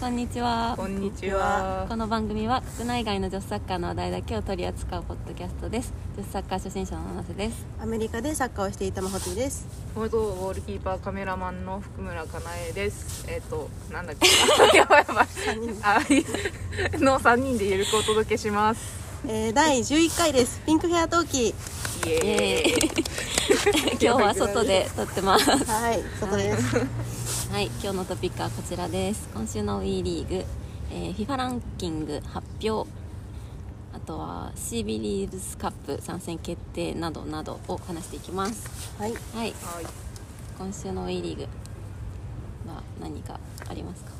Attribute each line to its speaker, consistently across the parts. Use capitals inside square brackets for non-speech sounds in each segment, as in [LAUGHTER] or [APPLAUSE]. Speaker 1: こんにちは
Speaker 2: こんにちは
Speaker 1: この番組は国内外の女子サッカーの話題だけを取り扱うポッドキャストです女子サッカー初心者の七瀬
Speaker 2: [LAUGHS]
Speaker 1: です
Speaker 3: アメリカでサッカーをしていたまほつです。
Speaker 2: 元ゴールキーパーカメラマンの福村かなえですえっ、とな
Speaker 1: [LAUGHS]
Speaker 2: んだっけやばいやばいあいの3人でゆるくお届けします
Speaker 3: えー、第11回です。ピンクヘアトーキ
Speaker 2: イエ
Speaker 1: イ
Speaker 2: ーイ
Speaker 1: エーイ今日は外で撮ってます
Speaker 3: ー。はい、そこです。
Speaker 1: はい今日のトピックはこちらです今週の WE リーグ、えー、FIFA ランキング発表あとは CB リーブスカップ参戦決定などなどを話していきます
Speaker 3: はい。
Speaker 1: はい
Speaker 2: はい
Speaker 1: 今週の WE リーグは何かありますか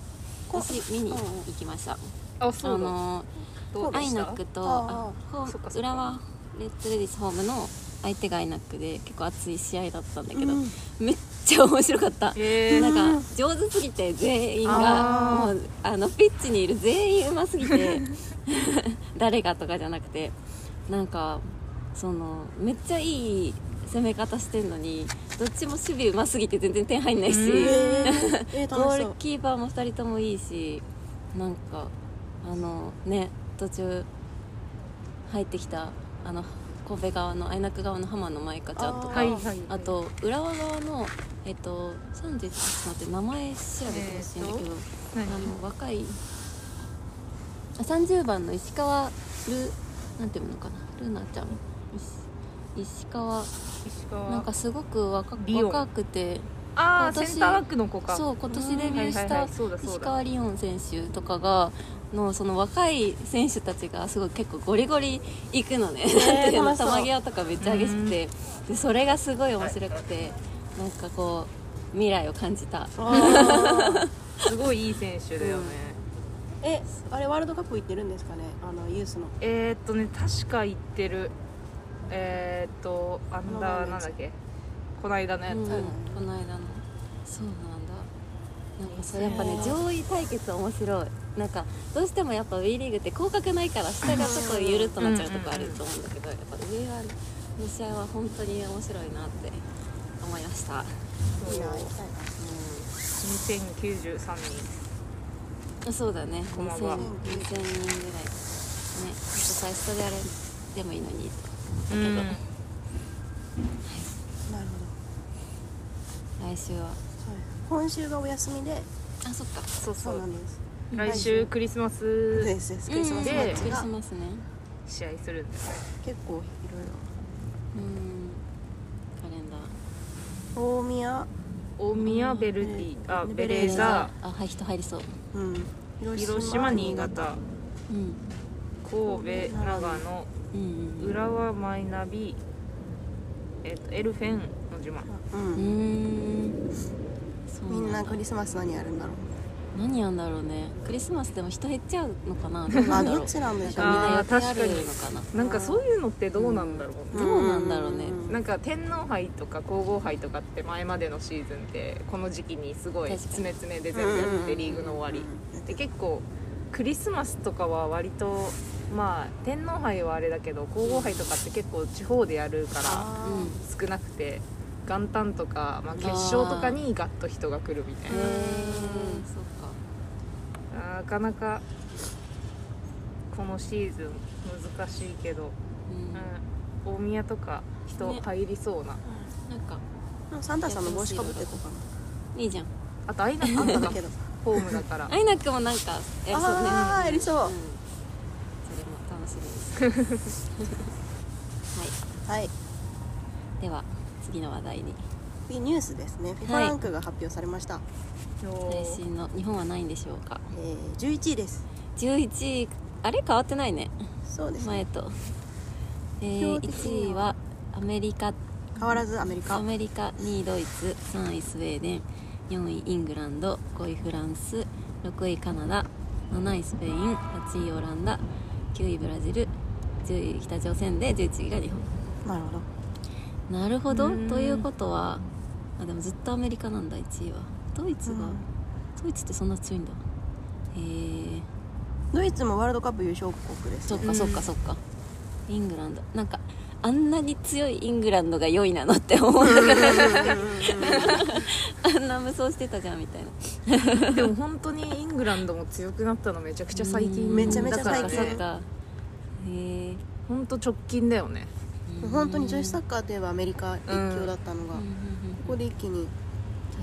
Speaker 3: こ
Speaker 1: 私見に行きました
Speaker 2: あ
Speaker 1: あ
Speaker 2: そうだ
Speaker 1: の
Speaker 2: どう
Speaker 1: ア
Speaker 2: で
Speaker 1: イ
Speaker 2: し
Speaker 1: ナ
Speaker 2: た
Speaker 1: ックとあ
Speaker 3: あ
Speaker 1: ホー
Speaker 2: そっかそっか
Speaker 1: 浦和レッドレディスホームの相手がアイナックで結構熱い試合だったんだけど、
Speaker 3: うん
Speaker 1: めっちゃ面白かった、
Speaker 2: えー
Speaker 1: なんか上手すぎて全員が
Speaker 2: あ
Speaker 1: も
Speaker 2: ー
Speaker 1: うあのピッチにいる全員うますぎて [LAUGHS] 誰がとかじゃなくてなんかそのめっちゃいい攻め方してんのにどっちも守備うますぎて全然点入んないし。
Speaker 2: うん
Speaker 3: えー、えー、
Speaker 1: ゴー
Speaker 3: 楽しそ
Speaker 1: ル
Speaker 3: う。
Speaker 1: キーパーも2人ともいいしなんかあのね途中入ってきたあの神戸側のナック側の浜野舞香ちゃんとか
Speaker 2: は
Speaker 1: あ,、
Speaker 2: いはい
Speaker 1: と浦和側のえっと31ちょっと待って名前調べてほしいんだけど、
Speaker 2: 何
Speaker 1: あの若いあ30番の石川ルなんていうのかなルナちゃん石石川
Speaker 2: 石川
Speaker 1: なんかすごく若
Speaker 2: リオン
Speaker 1: 若くて
Speaker 2: ああ
Speaker 1: 今年
Speaker 2: センターバックの子か
Speaker 1: そう今年デビューし
Speaker 2: はいはい
Speaker 1: た
Speaker 2: はいそうだそうだ
Speaker 1: 石川リオン選手とかがのその若い選手たちがすごい結構ゴリゴリ行くのね、なんていうの
Speaker 3: 楽しそう
Speaker 1: 球際とかめっちゃ激しくてでそれがすごい面白くてなんかこう未来を感じた
Speaker 3: あー
Speaker 2: すごいいい選手だよね、
Speaker 3: え、あれワールドカップ行ってるんですかね。あのユースの。
Speaker 2: えー、っとね確か言ってるえー、っとアンダーなんだっけこないだのやつ、
Speaker 1: うん
Speaker 3: はい
Speaker 1: この間のそうなんだなんかそうやっぱね上位対決面白いなんかどうしてもやっぱ WE リーグって降格ないから下がちょっとゆるっとなっちゃうとこあると思うんだけどやっぱ上はの試合は本当に面白いなって思いました
Speaker 2: そう
Speaker 3: たい
Speaker 2: 2093人
Speaker 1: そうだね
Speaker 2: こんば
Speaker 1: 2000
Speaker 2: ん
Speaker 1: 2000
Speaker 2: は
Speaker 1: 人ぐらいねちょっと最初であれでもいいのに
Speaker 2: うん
Speaker 1: だ
Speaker 3: なるほ
Speaker 1: 来週は
Speaker 3: ど。はい。今週がお休みで、
Speaker 1: あそっか
Speaker 2: そうそ
Speaker 3: そうな
Speaker 2: うん
Speaker 3: です。
Speaker 2: 来週クリスマス
Speaker 3: ですです。クリスマスマ
Speaker 1: で
Speaker 3: ッ
Speaker 1: ク
Speaker 3: チ
Speaker 1: リ
Speaker 3: が
Speaker 1: スマスね
Speaker 2: 試合するんだよ
Speaker 3: 結構いろい
Speaker 1: うんカレンダー
Speaker 3: ろ。大宮、
Speaker 2: 大宮ベルディあベレ
Speaker 3: レ
Speaker 2: ー
Speaker 3: ー
Speaker 2: ザ
Speaker 3: ザ
Speaker 1: あはい人入りそう
Speaker 3: うん。
Speaker 2: 広島新潟
Speaker 1: うん
Speaker 2: 神戸長野
Speaker 1: うんうん
Speaker 2: 浦和マイナビ、えっとエルフェンの島
Speaker 3: う。
Speaker 1: うんんそう
Speaker 3: みん
Speaker 1: な
Speaker 3: なん
Speaker 1: だ
Speaker 3: クリスマス何やるんだろう。
Speaker 1: 何やんだろうねクリスマスでも人減っちゃうのか
Speaker 3: [LAUGHS]
Speaker 1: などうなん
Speaker 3: あ、
Speaker 1: だろう
Speaker 3: どっちなんで
Speaker 1: なん
Speaker 3: しょうね。
Speaker 1: かみんな予定あ
Speaker 2: あー確かに
Speaker 1: るのかな
Speaker 2: なんかそういうのってどうなんだろうね、
Speaker 1: どうなんだろうね
Speaker 3: ん
Speaker 2: なんか天皇杯とか皇后杯とかって前までのシーズンってこの時期にすごい
Speaker 1: 確かに
Speaker 2: 詰め詰めで全部やってリーグの終わ
Speaker 3: うんうんうん
Speaker 2: りで結構クリスマスとかは割とまあ天皇杯はあれだけど皇后杯とかって結構地方でやるから
Speaker 3: あ
Speaker 1: うん
Speaker 2: 少なくて元旦とか、まあ、決勝とかにガッと人が来るみたい
Speaker 1: へ
Speaker 3: う
Speaker 1: ーそうか
Speaker 2: ななかなかこのシーズン難しいけど、
Speaker 1: うん
Speaker 2: うん、大宮とか人入りそうな、
Speaker 1: なんか
Speaker 3: ーサンタさんの帽子かぶってこうかな。
Speaker 1: いいじゃん
Speaker 2: あとアイ
Speaker 3: [LAUGHS]
Speaker 2: ナ
Speaker 3: あ
Speaker 2: ック
Speaker 3: んただ
Speaker 2: が
Speaker 3: けど。
Speaker 2: ホームだ
Speaker 3: [LAUGHS]
Speaker 2: から
Speaker 1: アイナックもなんかやりそうね
Speaker 3: あーやりそう
Speaker 1: うんそれも楽しみ
Speaker 3: [LAUGHS]
Speaker 1: ですは
Speaker 3: はい。
Speaker 1: いでは次の話題に
Speaker 3: 次ニュースですね。FIFA
Speaker 1: はい
Speaker 3: ランクが発表されました。
Speaker 1: 最
Speaker 2: 嬉
Speaker 1: 新の日本はないんでしょうか
Speaker 3: えー、11位です。
Speaker 1: 11位あれ変わってないね
Speaker 3: そうですね。
Speaker 1: 前と、えー、
Speaker 3: 標的に
Speaker 1: 1位
Speaker 3: は
Speaker 1: はアメリカ
Speaker 3: 変わらずアメリカ。
Speaker 1: アメリカ2位ドイツ3位スウェーデン4位イングランド5位フランス6位カナダ7位スペイン8位オランダ9位ブラジル10位北朝鮮で11位が日本
Speaker 3: なるほど。
Speaker 1: なるほど
Speaker 2: うーん
Speaker 1: ということはあでもずっとアメリカなんだ1位はドイツが、
Speaker 3: うん
Speaker 1: ドイツってそんな強いんだえー、
Speaker 3: ドイツもワールドカップ優勝国です
Speaker 1: そっ
Speaker 3: ね。
Speaker 1: かそっかそっか、イングランドなんかあんなに強いイングランドが良いなのって思うあんな無双してたじゃんみたいな
Speaker 2: でも本当にイングランドも強くなったのめちゃくちゃ最
Speaker 1: うん
Speaker 2: 近
Speaker 3: めちゃめちゃ
Speaker 2: だから
Speaker 3: 最
Speaker 1: そ
Speaker 3: 近
Speaker 1: っかそ
Speaker 2: さ
Speaker 1: っかへえ
Speaker 2: 本当直近だよね
Speaker 3: 本当に女子サ
Speaker 1: ッ
Speaker 3: ッカーといえばアメリカ一強だったのが、ここで一気に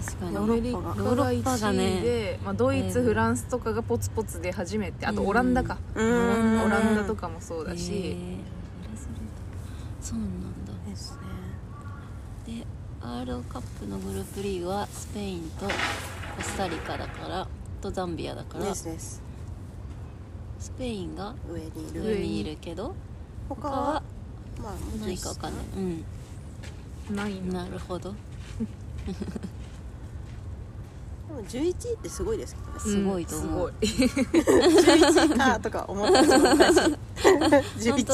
Speaker 1: 確かに
Speaker 3: ヨ
Speaker 2: ア
Speaker 3: ーロ
Speaker 2: メ
Speaker 3: ッ
Speaker 2: リ
Speaker 3: パが
Speaker 2: カが
Speaker 1: ヨーロッパが
Speaker 2: 1位で
Speaker 1: ね、
Speaker 2: まあ、ドイツ、
Speaker 1: うん
Speaker 2: フランスとかがポツポツ出始めてあとオランダか、
Speaker 3: う
Speaker 1: うん
Speaker 2: オランダとかもそうだ
Speaker 1: へ
Speaker 2: し、
Speaker 1: えあれそれだそうなんだ
Speaker 3: ですね
Speaker 1: で R カップのグループリーグはスペインとコスタリカだからとザンビアだから
Speaker 3: ですです
Speaker 1: スペインが
Speaker 3: 上にい
Speaker 1: 上
Speaker 3: る
Speaker 1: にいるけど
Speaker 3: 他
Speaker 1: 他
Speaker 3: は
Speaker 1: は
Speaker 3: まあもうちょ
Speaker 1: 何
Speaker 3: い
Speaker 1: かわ
Speaker 3: か
Speaker 1: かん
Speaker 3: な
Speaker 1: ないうん
Speaker 2: ないの
Speaker 1: なるほど
Speaker 3: でも11位ってすごいですけどね
Speaker 1: すごいと思う、
Speaker 2: うんす
Speaker 3: [LAUGHS] 11位かとか思ったちょっとおかしい [LAUGHS]
Speaker 1: 本当だよね
Speaker 3: 11位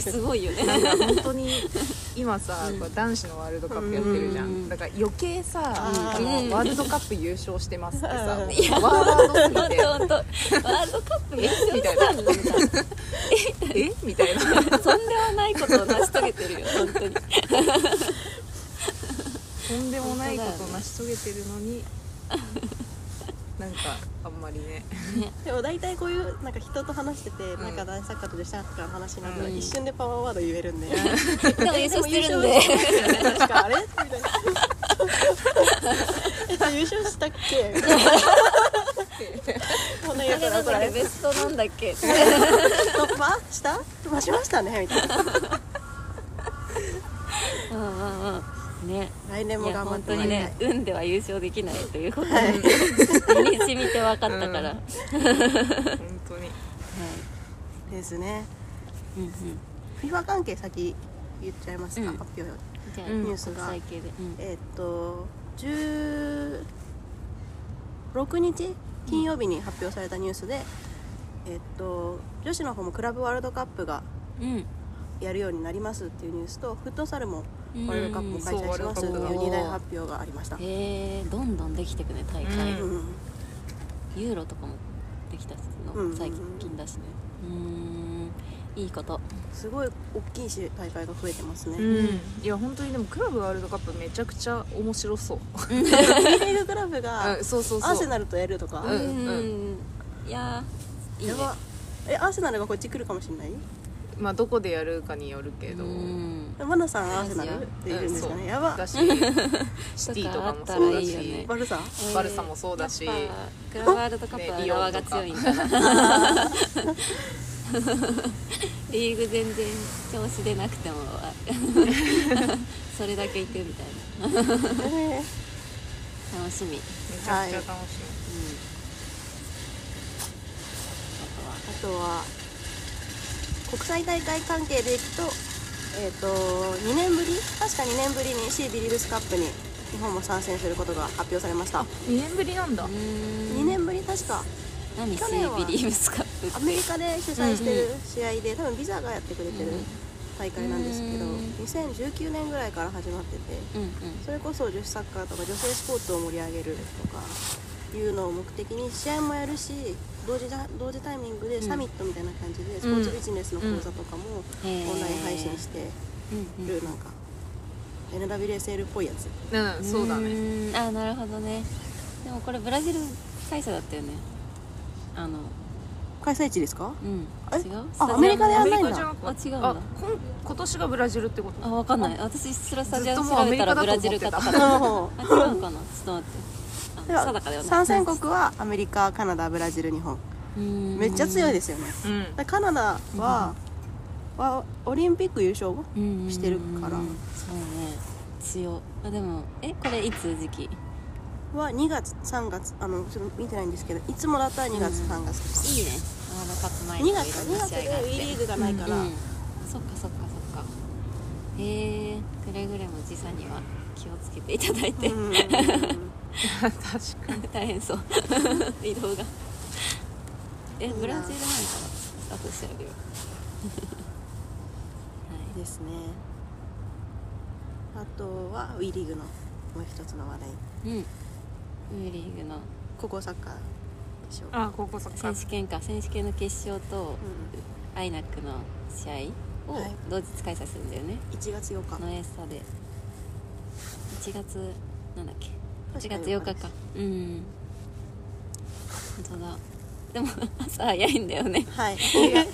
Speaker 1: 11位すごいよ [LAUGHS] ね
Speaker 2: ごいなんか本当に今さ、こう男子のワールドカップやってるじゃん、
Speaker 1: うんうんうん
Speaker 2: だから余計さ、
Speaker 3: あ
Speaker 2: あ
Speaker 1: ー
Speaker 2: のワールドカップ優勝してますってさ、
Speaker 3: うん
Speaker 2: ワーワード
Speaker 1: 本
Speaker 2: すぎ
Speaker 1: 当本当ワールドカップ優勝したんだみたいな
Speaker 2: てえみたいな
Speaker 1: とんでもないことを成し遂げてるよ本当に
Speaker 2: とんでもないことを成し遂げてるのになんかあんまりね
Speaker 3: でも大体こういうなんか人と話してて、なんか男子サッカーと女子サッカーの話になると
Speaker 1: うん
Speaker 3: 一瞬でパワーワード言えるんで、
Speaker 1: でも優勝してるんで
Speaker 3: も優勝してるんで確かあれみたいなえ優勝したっけみたいなこんなや
Speaker 1: あ
Speaker 3: つ
Speaker 1: れ
Speaker 3: ら
Speaker 1: の
Speaker 3: 怒られ
Speaker 1: 時
Speaker 3: る
Speaker 1: ベストなんだっけ
Speaker 3: 突破した突破しましたねみたいな
Speaker 1: うんうんうんね
Speaker 3: 来年
Speaker 1: い
Speaker 3: も
Speaker 1: や
Speaker 3: 頑張っ
Speaker 1: 本
Speaker 3: て
Speaker 1: 当
Speaker 3: もら
Speaker 1: に
Speaker 3: いたい
Speaker 1: ね運では優勝できないということ
Speaker 3: はい、
Speaker 1: にしみて分かったから、
Speaker 2: うん
Speaker 1: はい
Speaker 2: 本当に
Speaker 3: ですね
Speaker 1: うんうん
Speaker 3: FIFA 関係先言っちゃいますか、
Speaker 1: うん
Speaker 3: 発表
Speaker 1: じゃあ、
Speaker 2: うん
Speaker 1: ニュースが国際系で、うん
Speaker 3: えーっと16日金曜日に発表されたニュースで、えーっと女子の方もクラブワールドカップがやるようになりますっていうニュースとフットサルも
Speaker 1: うん
Speaker 3: ワールドカップも開催しますっていう
Speaker 1: うん
Speaker 3: 2大発表がありました、
Speaker 1: へえどんどんできてくね大会、
Speaker 2: う
Speaker 3: うんん
Speaker 1: ユーロとかもできた
Speaker 3: うん
Speaker 1: の最近だしねうーんいいこと
Speaker 3: すごい大きいし大会が増えてますね、
Speaker 2: う
Speaker 3: [LAUGHS]
Speaker 2: ん、いや本当にでもクラブワールドカップめちゃくちゃ面白そう
Speaker 3: B リーグクラブが
Speaker 2: うん [LAUGHS] そうそうそう
Speaker 3: アーセナルとやるとか、
Speaker 2: うん
Speaker 1: いやーいいね
Speaker 3: やばえアーセナルがこっち来るかもしれない
Speaker 2: まあどこでやるかによるけど、
Speaker 1: うん
Speaker 3: マナさんアーセナルっていうんですかね、
Speaker 2: うん
Speaker 3: やば
Speaker 2: だしシティとかも
Speaker 1: とかあった
Speaker 2: そう
Speaker 1: ら
Speaker 2: だ
Speaker 1: いい
Speaker 2: し
Speaker 1: よね
Speaker 3: バ
Speaker 2: [LAUGHS]
Speaker 3: ルサ
Speaker 2: バルサもそうだし
Speaker 1: やっぱクラブワールドカップは側が強いんだなリーグ全然調子出なくても [LAUGHS] それだけいてみたい
Speaker 3: え
Speaker 1: な楽しみ、うん、
Speaker 2: めちゃくちゃ楽し
Speaker 3: ーあとは国際大会関係でいくと,、えー、と2年ぶり確か2年ぶりに C ビリルスカップに日本も参戦することが発表されました
Speaker 2: み、2年ぶりなんだ、
Speaker 1: うーん
Speaker 3: 2年ぶり確か
Speaker 1: 何
Speaker 3: 去年は
Speaker 1: C ビリーブスカップ
Speaker 3: アメリカで主催して
Speaker 1: う
Speaker 3: る
Speaker 1: ん
Speaker 3: 試合で多分ビザがやってくれてる
Speaker 1: うん
Speaker 3: 大会なんですけど
Speaker 1: うん
Speaker 3: 2019年ぐらいから始まって
Speaker 1: う
Speaker 3: て
Speaker 1: んうん
Speaker 3: それこそ女子サッカーとか女性スポーツを盛り上げるとかいうのを目的に試合もやるし同時だ同時タイミングでサミットみたいな感じでスポーツビジネスの講座とかもオ
Speaker 1: へー
Speaker 3: ンライン配信して
Speaker 1: うんうん
Speaker 3: るなんか NWSL っぽいやつ
Speaker 2: うんそうだね
Speaker 1: ーんあなるほどねでもこれブラジル開催だったよねあの
Speaker 3: 開催地で
Speaker 1: [LAUGHS]
Speaker 3: すか
Speaker 1: うん
Speaker 3: え
Speaker 1: 違うスタジア
Speaker 3: あ
Speaker 1: ム
Speaker 3: アメリカでやんない
Speaker 2: アメリ
Speaker 3: んだ
Speaker 2: カじゃなかった
Speaker 1: あ違うんだ
Speaker 2: あこん今年がブラジルってこと
Speaker 1: あわかんない私スラスタジアム
Speaker 2: ずっともうア
Speaker 1: 調
Speaker 2: メ
Speaker 1: べ
Speaker 2: リ
Speaker 1: たら
Speaker 2: カだ
Speaker 1: ブ
Speaker 2: と思
Speaker 1: ラ
Speaker 2: って
Speaker 1: ジ
Speaker 2: た
Speaker 1: ルかとかった
Speaker 3: あ
Speaker 1: あ違
Speaker 3: [LAUGHS]
Speaker 1: うかなちょっと待って
Speaker 3: で
Speaker 1: あ
Speaker 3: は
Speaker 1: 定かではない
Speaker 3: 参戦国はアメリカカナダブラジル日本めっちゃ強いですよね
Speaker 2: うん
Speaker 3: だからカナダははオリンピック優勝
Speaker 1: す
Speaker 3: してるか
Speaker 1: そ
Speaker 3: ら
Speaker 1: うね強いあでもえこれいつ時期
Speaker 3: は2月3月あのちょっと見てないんですけどいつもだったら2月
Speaker 1: うん
Speaker 3: 3月です
Speaker 1: いいねワールドカップ前
Speaker 3: 2
Speaker 1: とかい
Speaker 3: 月
Speaker 1: ろん
Speaker 3: 2
Speaker 1: な
Speaker 3: 月
Speaker 1: 試
Speaker 3: で
Speaker 1: 合があっ
Speaker 3: WE
Speaker 1: て
Speaker 3: リーグがないから、
Speaker 1: うんそっかそっかそっかへえくれぐれも時差には気をつけていただいて、
Speaker 3: うん
Speaker 2: 確かに
Speaker 1: 大変そう [LAUGHS] 移動がえ
Speaker 3: いいな
Speaker 1: ブラジルなんかなあと調べようはい
Speaker 3: ですねあとは WE リーグのもう一つの話題
Speaker 1: うん、ウリーグの
Speaker 3: 高校サッカーでしょう
Speaker 2: [LAUGHS]
Speaker 3: か
Speaker 2: あ高校サッカ
Speaker 1: 選
Speaker 2: ー
Speaker 1: 手権か選手権の決勝と
Speaker 3: う
Speaker 1: アイナックの試合を
Speaker 3: はい
Speaker 1: 同日開催するんだよね、
Speaker 3: 1月8日
Speaker 1: のエスタで1月なんだっけ1
Speaker 3: 確か
Speaker 1: 月8日
Speaker 3: です
Speaker 1: かうん本当だでも朝早いんだよね
Speaker 3: はい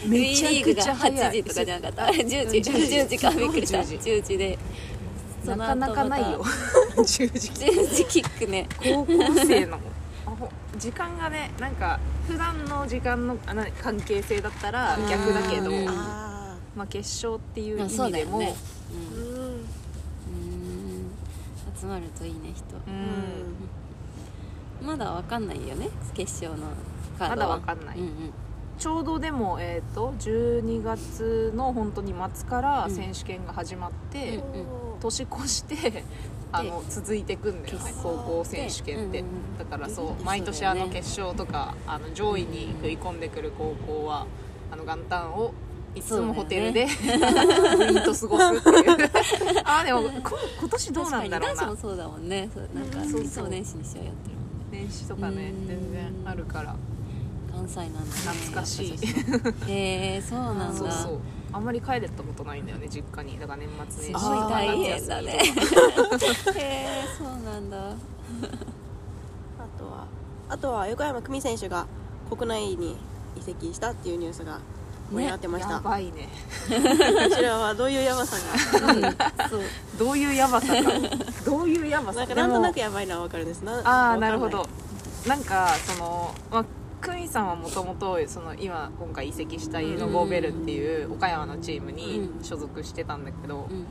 Speaker 2: めちゃくちゃ早
Speaker 1: B リー
Speaker 2: い
Speaker 1: グが8時とかじゃなかった10時 [LAUGHS]
Speaker 2: 10時
Speaker 1: 10時かびっくりした
Speaker 2: 10時
Speaker 1: 10時で
Speaker 2: なかなかないよ [LAUGHS] 10時
Speaker 1: 10時キックね
Speaker 2: 高校生のアホ時間がねなんか普段の時間のあな関係性だったら逆だけど、
Speaker 1: うん
Speaker 3: あ
Speaker 2: まあ、決勝っていう意
Speaker 1: まあそう
Speaker 2: 味
Speaker 1: だ
Speaker 2: で
Speaker 1: よ
Speaker 2: も、
Speaker 1: ね
Speaker 3: あうん
Speaker 1: うんうーん集まるといいね人
Speaker 2: うん
Speaker 3: うん
Speaker 1: まだわかんないよね決勝のカー
Speaker 2: ま
Speaker 1: ドは
Speaker 2: だわかんない、
Speaker 1: うんうん
Speaker 2: ちょうどでも、えー、と12月の本当に末から
Speaker 1: うん
Speaker 2: 選手権が始まって、
Speaker 1: うん
Speaker 2: 年越してあの続いていくんだよね
Speaker 1: 決
Speaker 2: 高校選手権って、
Speaker 1: うんうんうん
Speaker 2: だから
Speaker 1: そうだ
Speaker 2: そ
Speaker 1: よ
Speaker 2: う
Speaker 1: ね
Speaker 2: 毎年あの決勝とかあの上位に食い込んでくる高校はあの元旦をいつもホテルで、 [LAUGHS] ずっと過ごすって
Speaker 1: [LAUGHS]
Speaker 2: いうああでもこ今年どうなんだろ
Speaker 1: 確か
Speaker 2: う
Speaker 1: に男子
Speaker 2: な
Speaker 1: もそうだもんねそうなんか
Speaker 2: うん
Speaker 1: い
Speaker 2: そうそう
Speaker 1: つも年始に試合やってるもんね
Speaker 2: 年始とかね
Speaker 1: うん
Speaker 2: 全然あるから
Speaker 1: 関西なんだね
Speaker 2: 懐かしい
Speaker 1: やっぱ女子
Speaker 2: [LAUGHS]
Speaker 1: はへえそうなんだ
Speaker 2: そうそうあんまり帰れたことないんだよね実家にだから年末
Speaker 1: す
Speaker 2: 年
Speaker 1: ごい
Speaker 2: 始
Speaker 1: 大変だねへえそうなんだ
Speaker 3: あとはあとは横山久美選手が国内に移籍したっていうニュースが盛り上がってまし
Speaker 2: や
Speaker 3: た、 [LAUGHS]
Speaker 2: ばいね
Speaker 3: こちらはどういう山さん
Speaker 1: そう
Speaker 2: どういうやばさかどういうやば
Speaker 3: がな
Speaker 2: さ
Speaker 3: んかなんとなく
Speaker 2: でも
Speaker 3: やばいのはわかるんですな
Speaker 2: ああ
Speaker 3: わかん
Speaker 2: ないるほどなんかそのまあ久美さんはもともとその今今回移籍したユノゴーベルっていう岡山のチームに
Speaker 1: うん
Speaker 2: 所属してたんだけど、
Speaker 1: うん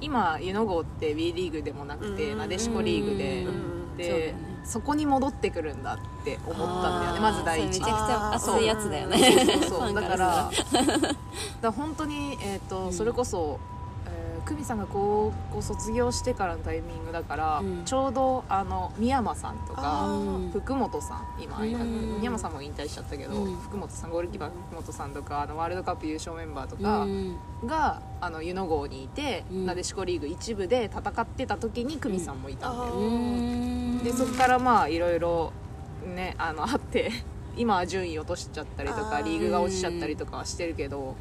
Speaker 2: 今ユノゴーって B リーグでもなくて
Speaker 3: うん
Speaker 2: なでしこリーグ
Speaker 1: うん
Speaker 2: で
Speaker 1: そうだ
Speaker 2: で
Speaker 1: よね
Speaker 2: そこに戻ってくるんだって思ったんだよ
Speaker 1: あ
Speaker 2: ね
Speaker 1: ー
Speaker 2: まず第一
Speaker 1: それめちゃくちゃ熱いやつだよね
Speaker 2: そうそう
Speaker 1: ファン
Speaker 2: だ
Speaker 1: ら
Speaker 2: から
Speaker 1: さ
Speaker 2: だから本当に、えーと
Speaker 1: うん
Speaker 2: それこそ、えー久美さんが高校卒業してからのタイミングだから、
Speaker 1: うん
Speaker 2: ちょうどあの三山さんと
Speaker 3: あ
Speaker 2: か
Speaker 3: ー
Speaker 1: うん
Speaker 2: 福本さん今、
Speaker 1: うん
Speaker 2: 三山さんも引退しちゃったけど、
Speaker 1: うん
Speaker 2: 福本さんゴールキーパー福本さんとかあのワールドカップ優勝メンバーと
Speaker 1: う
Speaker 2: か。
Speaker 1: ん
Speaker 2: があの湯野郷にいて、
Speaker 1: うん
Speaker 2: なでしこリーグ一部で戦ってた時に久美さんもいたんだよ
Speaker 1: う
Speaker 2: ね、
Speaker 1: ん
Speaker 2: でそこからまあいろいろねあのあ [LAUGHS] って今は順位落としちゃったりとか
Speaker 3: あー
Speaker 2: リーグが落ちちゃったりとかはしてるけど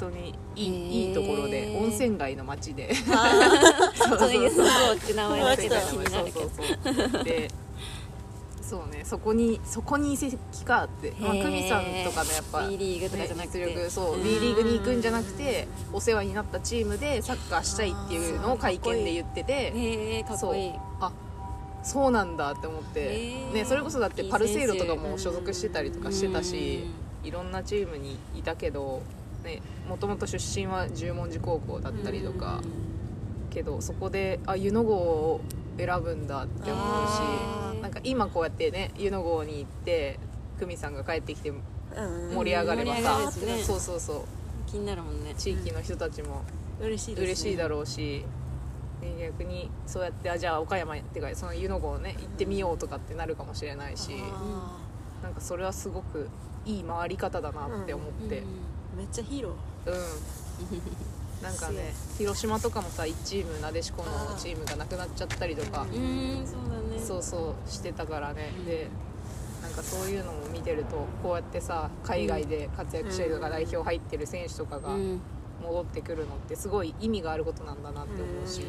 Speaker 2: 本当にい
Speaker 1: へー
Speaker 2: いいいところで温泉街の街で
Speaker 1: そうそういうそうって名前だけど気
Speaker 2: そう
Speaker 1: にな
Speaker 2: そ
Speaker 1: るけど
Speaker 2: うそうでそうねそこにそこに移籍かって、まあ、
Speaker 1: へー
Speaker 2: 久美さんとかのやっぱ
Speaker 1: B リーグとかじゃなく
Speaker 2: 実
Speaker 1: て
Speaker 2: 力そう
Speaker 1: うん
Speaker 2: B リーグに行くんじゃなくてお世話になったチームでサッカーしたいっていうのを会見で言ってて
Speaker 1: へえかっこいい
Speaker 2: あそうなんだって思って
Speaker 1: へ、ー
Speaker 2: ね、それこそだってパルセイロとか
Speaker 3: いい選
Speaker 2: も
Speaker 3: 手
Speaker 2: 所属してたりとかしてたしいろんなチームにいたけどもともと出身は十文字高校だったりとかけどそこであ湯の郷を選ぶんだって思う
Speaker 3: あ
Speaker 2: しなんか今こうやってね湯の郷に行って久美さんが帰ってきて
Speaker 3: うん
Speaker 2: 盛り上がれば
Speaker 1: 盛り上が
Speaker 2: さ
Speaker 1: るしね
Speaker 2: そうそうそう
Speaker 1: 気になるもんね
Speaker 2: 地域の人たちも
Speaker 3: 嬉しいです、ね、
Speaker 2: 嬉しいだろうし、ね逆にそうやってあじゃあ岡山ってかその湯の郷ね行ってみようとかってなるかもしれないし
Speaker 3: あ
Speaker 2: なんかそれはすごくいい回り方だなって思って
Speaker 1: [LAUGHS]
Speaker 3: ーめっちゃヒーロー
Speaker 2: うん、なんかね広島とかもさ1チームなでしこのチームがなくなっちゃったりとか
Speaker 1: う、んそうだね
Speaker 2: そうそうしてたからね、
Speaker 1: うん
Speaker 2: でなんかそういうのも見てるとこうやってさ海外で活躍したりとか
Speaker 3: うん
Speaker 2: 代表入ってる選手とかが
Speaker 1: うん
Speaker 2: 戻ってくるのってすごい意味があることなんだなって思うし、
Speaker 1: ん
Speaker 2: っ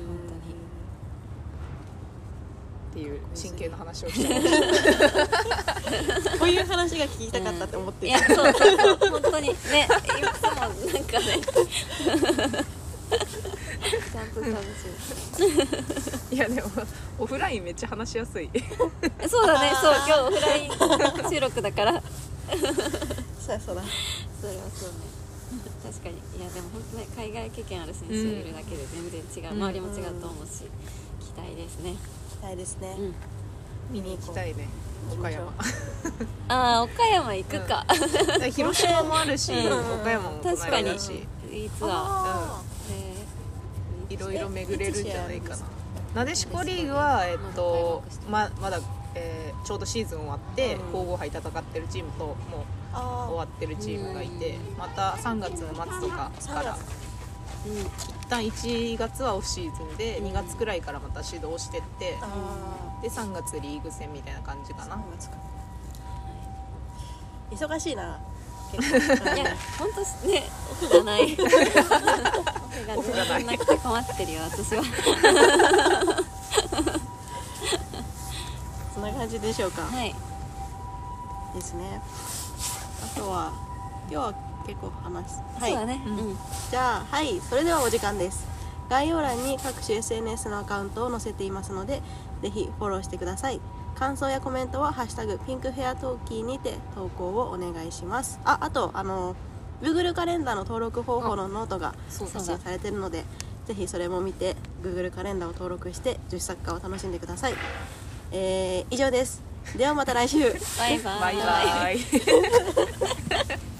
Speaker 1: 本
Speaker 2: ていう真剣な話をしちゃう
Speaker 3: 当にこういう話が聞きたかったって思って
Speaker 1: い
Speaker 3: る
Speaker 1: やそうそうそう本当にねいつもなんかねちゃんと楽し
Speaker 2: いやでもオフラインめっちゃ話しやすい
Speaker 1: いそうだねそう今日オフライン収録だから
Speaker 3: そうだそうだ
Speaker 1: それはそうね確かにいやでも本当ね海外経験ある選手
Speaker 2: うん
Speaker 1: いるだけで全然違う、
Speaker 2: うん
Speaker 1: 周りも違うと思うし期待ですね、
Speaker 3: 期待ですね、
Speaker 1: うん、
Speaker 3: 見に
Speaker 2: 行きたいね岡山
Speaker 1: ああ岡山行くか、
Speaker 2: [LAUGHS] 広島もあるし、
Speaker 3: うん
Speaker 2: 岡山も
Speaker 1: [LAUGHS] 確か
Speaker 2: 隣
Speaker 1: に
Speaker 2: だし、
Speaker 1: いいツア
Speaker 3: あ
Speaker 1: ーえー
Speaker 2: いろいろ巡れるんじゃないかななでしこリーグ
Speaker 1: な
Speaker 2: は、
Speaker 1: で
Speaker 2: え
Speaker 1: し
Speaker 2: っ
Speaker 1: こ
Speaker 2: と
Speaker 1: ま
Speaker 2: ままだ、えーちょうどシーズン終わって、
Speaker 3: うん
Speaker 2: 皇后杯戦ってるチームとも
Speaker 3: ーあ
Speaker 2: う
Speaker 3: ー
Speaker 2: 終わってるチームがいて、また3月末とかから
Speaker 1: うん
Speaker 2: 一旦1月はオフシーズンで、
Speaker 1: うん
Speaker 2: 2月くらいからまた指導してって、
Speaker 3: あ
Speaker 2: で3月リーグ戦みたいな感じか
Speaker 3: ー
Speaker 2: な
Speaker 3: 三月か忙しいな結 [LAUGHS] 構
Speaker 1: いや本当しねオフがないオ
Speaker 2: オ
Speaker 1: フ
Speaker 2: フ
Speaker 1: が
Speaker 2: がない
Speaker 1: なくて困ってるよ私は
Speaker 3: そんな感じでしょうか、
Speaker 1: はい
Speaker 3: ですねあとは今日は結構話す
Speaker 1: そうだねう
Speaker 2: うんん
Speaker 3: じゃあはいそれではお時間です概要欄に各種 SNS のアカウントを載せていますのでぜひフォローしてください感想やコメントは「ハッシュタグピンクヘアトーキー」にて投稿をお願いしますああとあの Google カレンダーの登録方法のノートが
Speaker 2: そうだ
Speaker 3: 発信されてるのでぜひそれも見て Google カレンダーを登録して女子サッカーを楽しんでくださいえー以上ですではまた来週
Speaker 1: バイバ
Speaker 2: バイバイ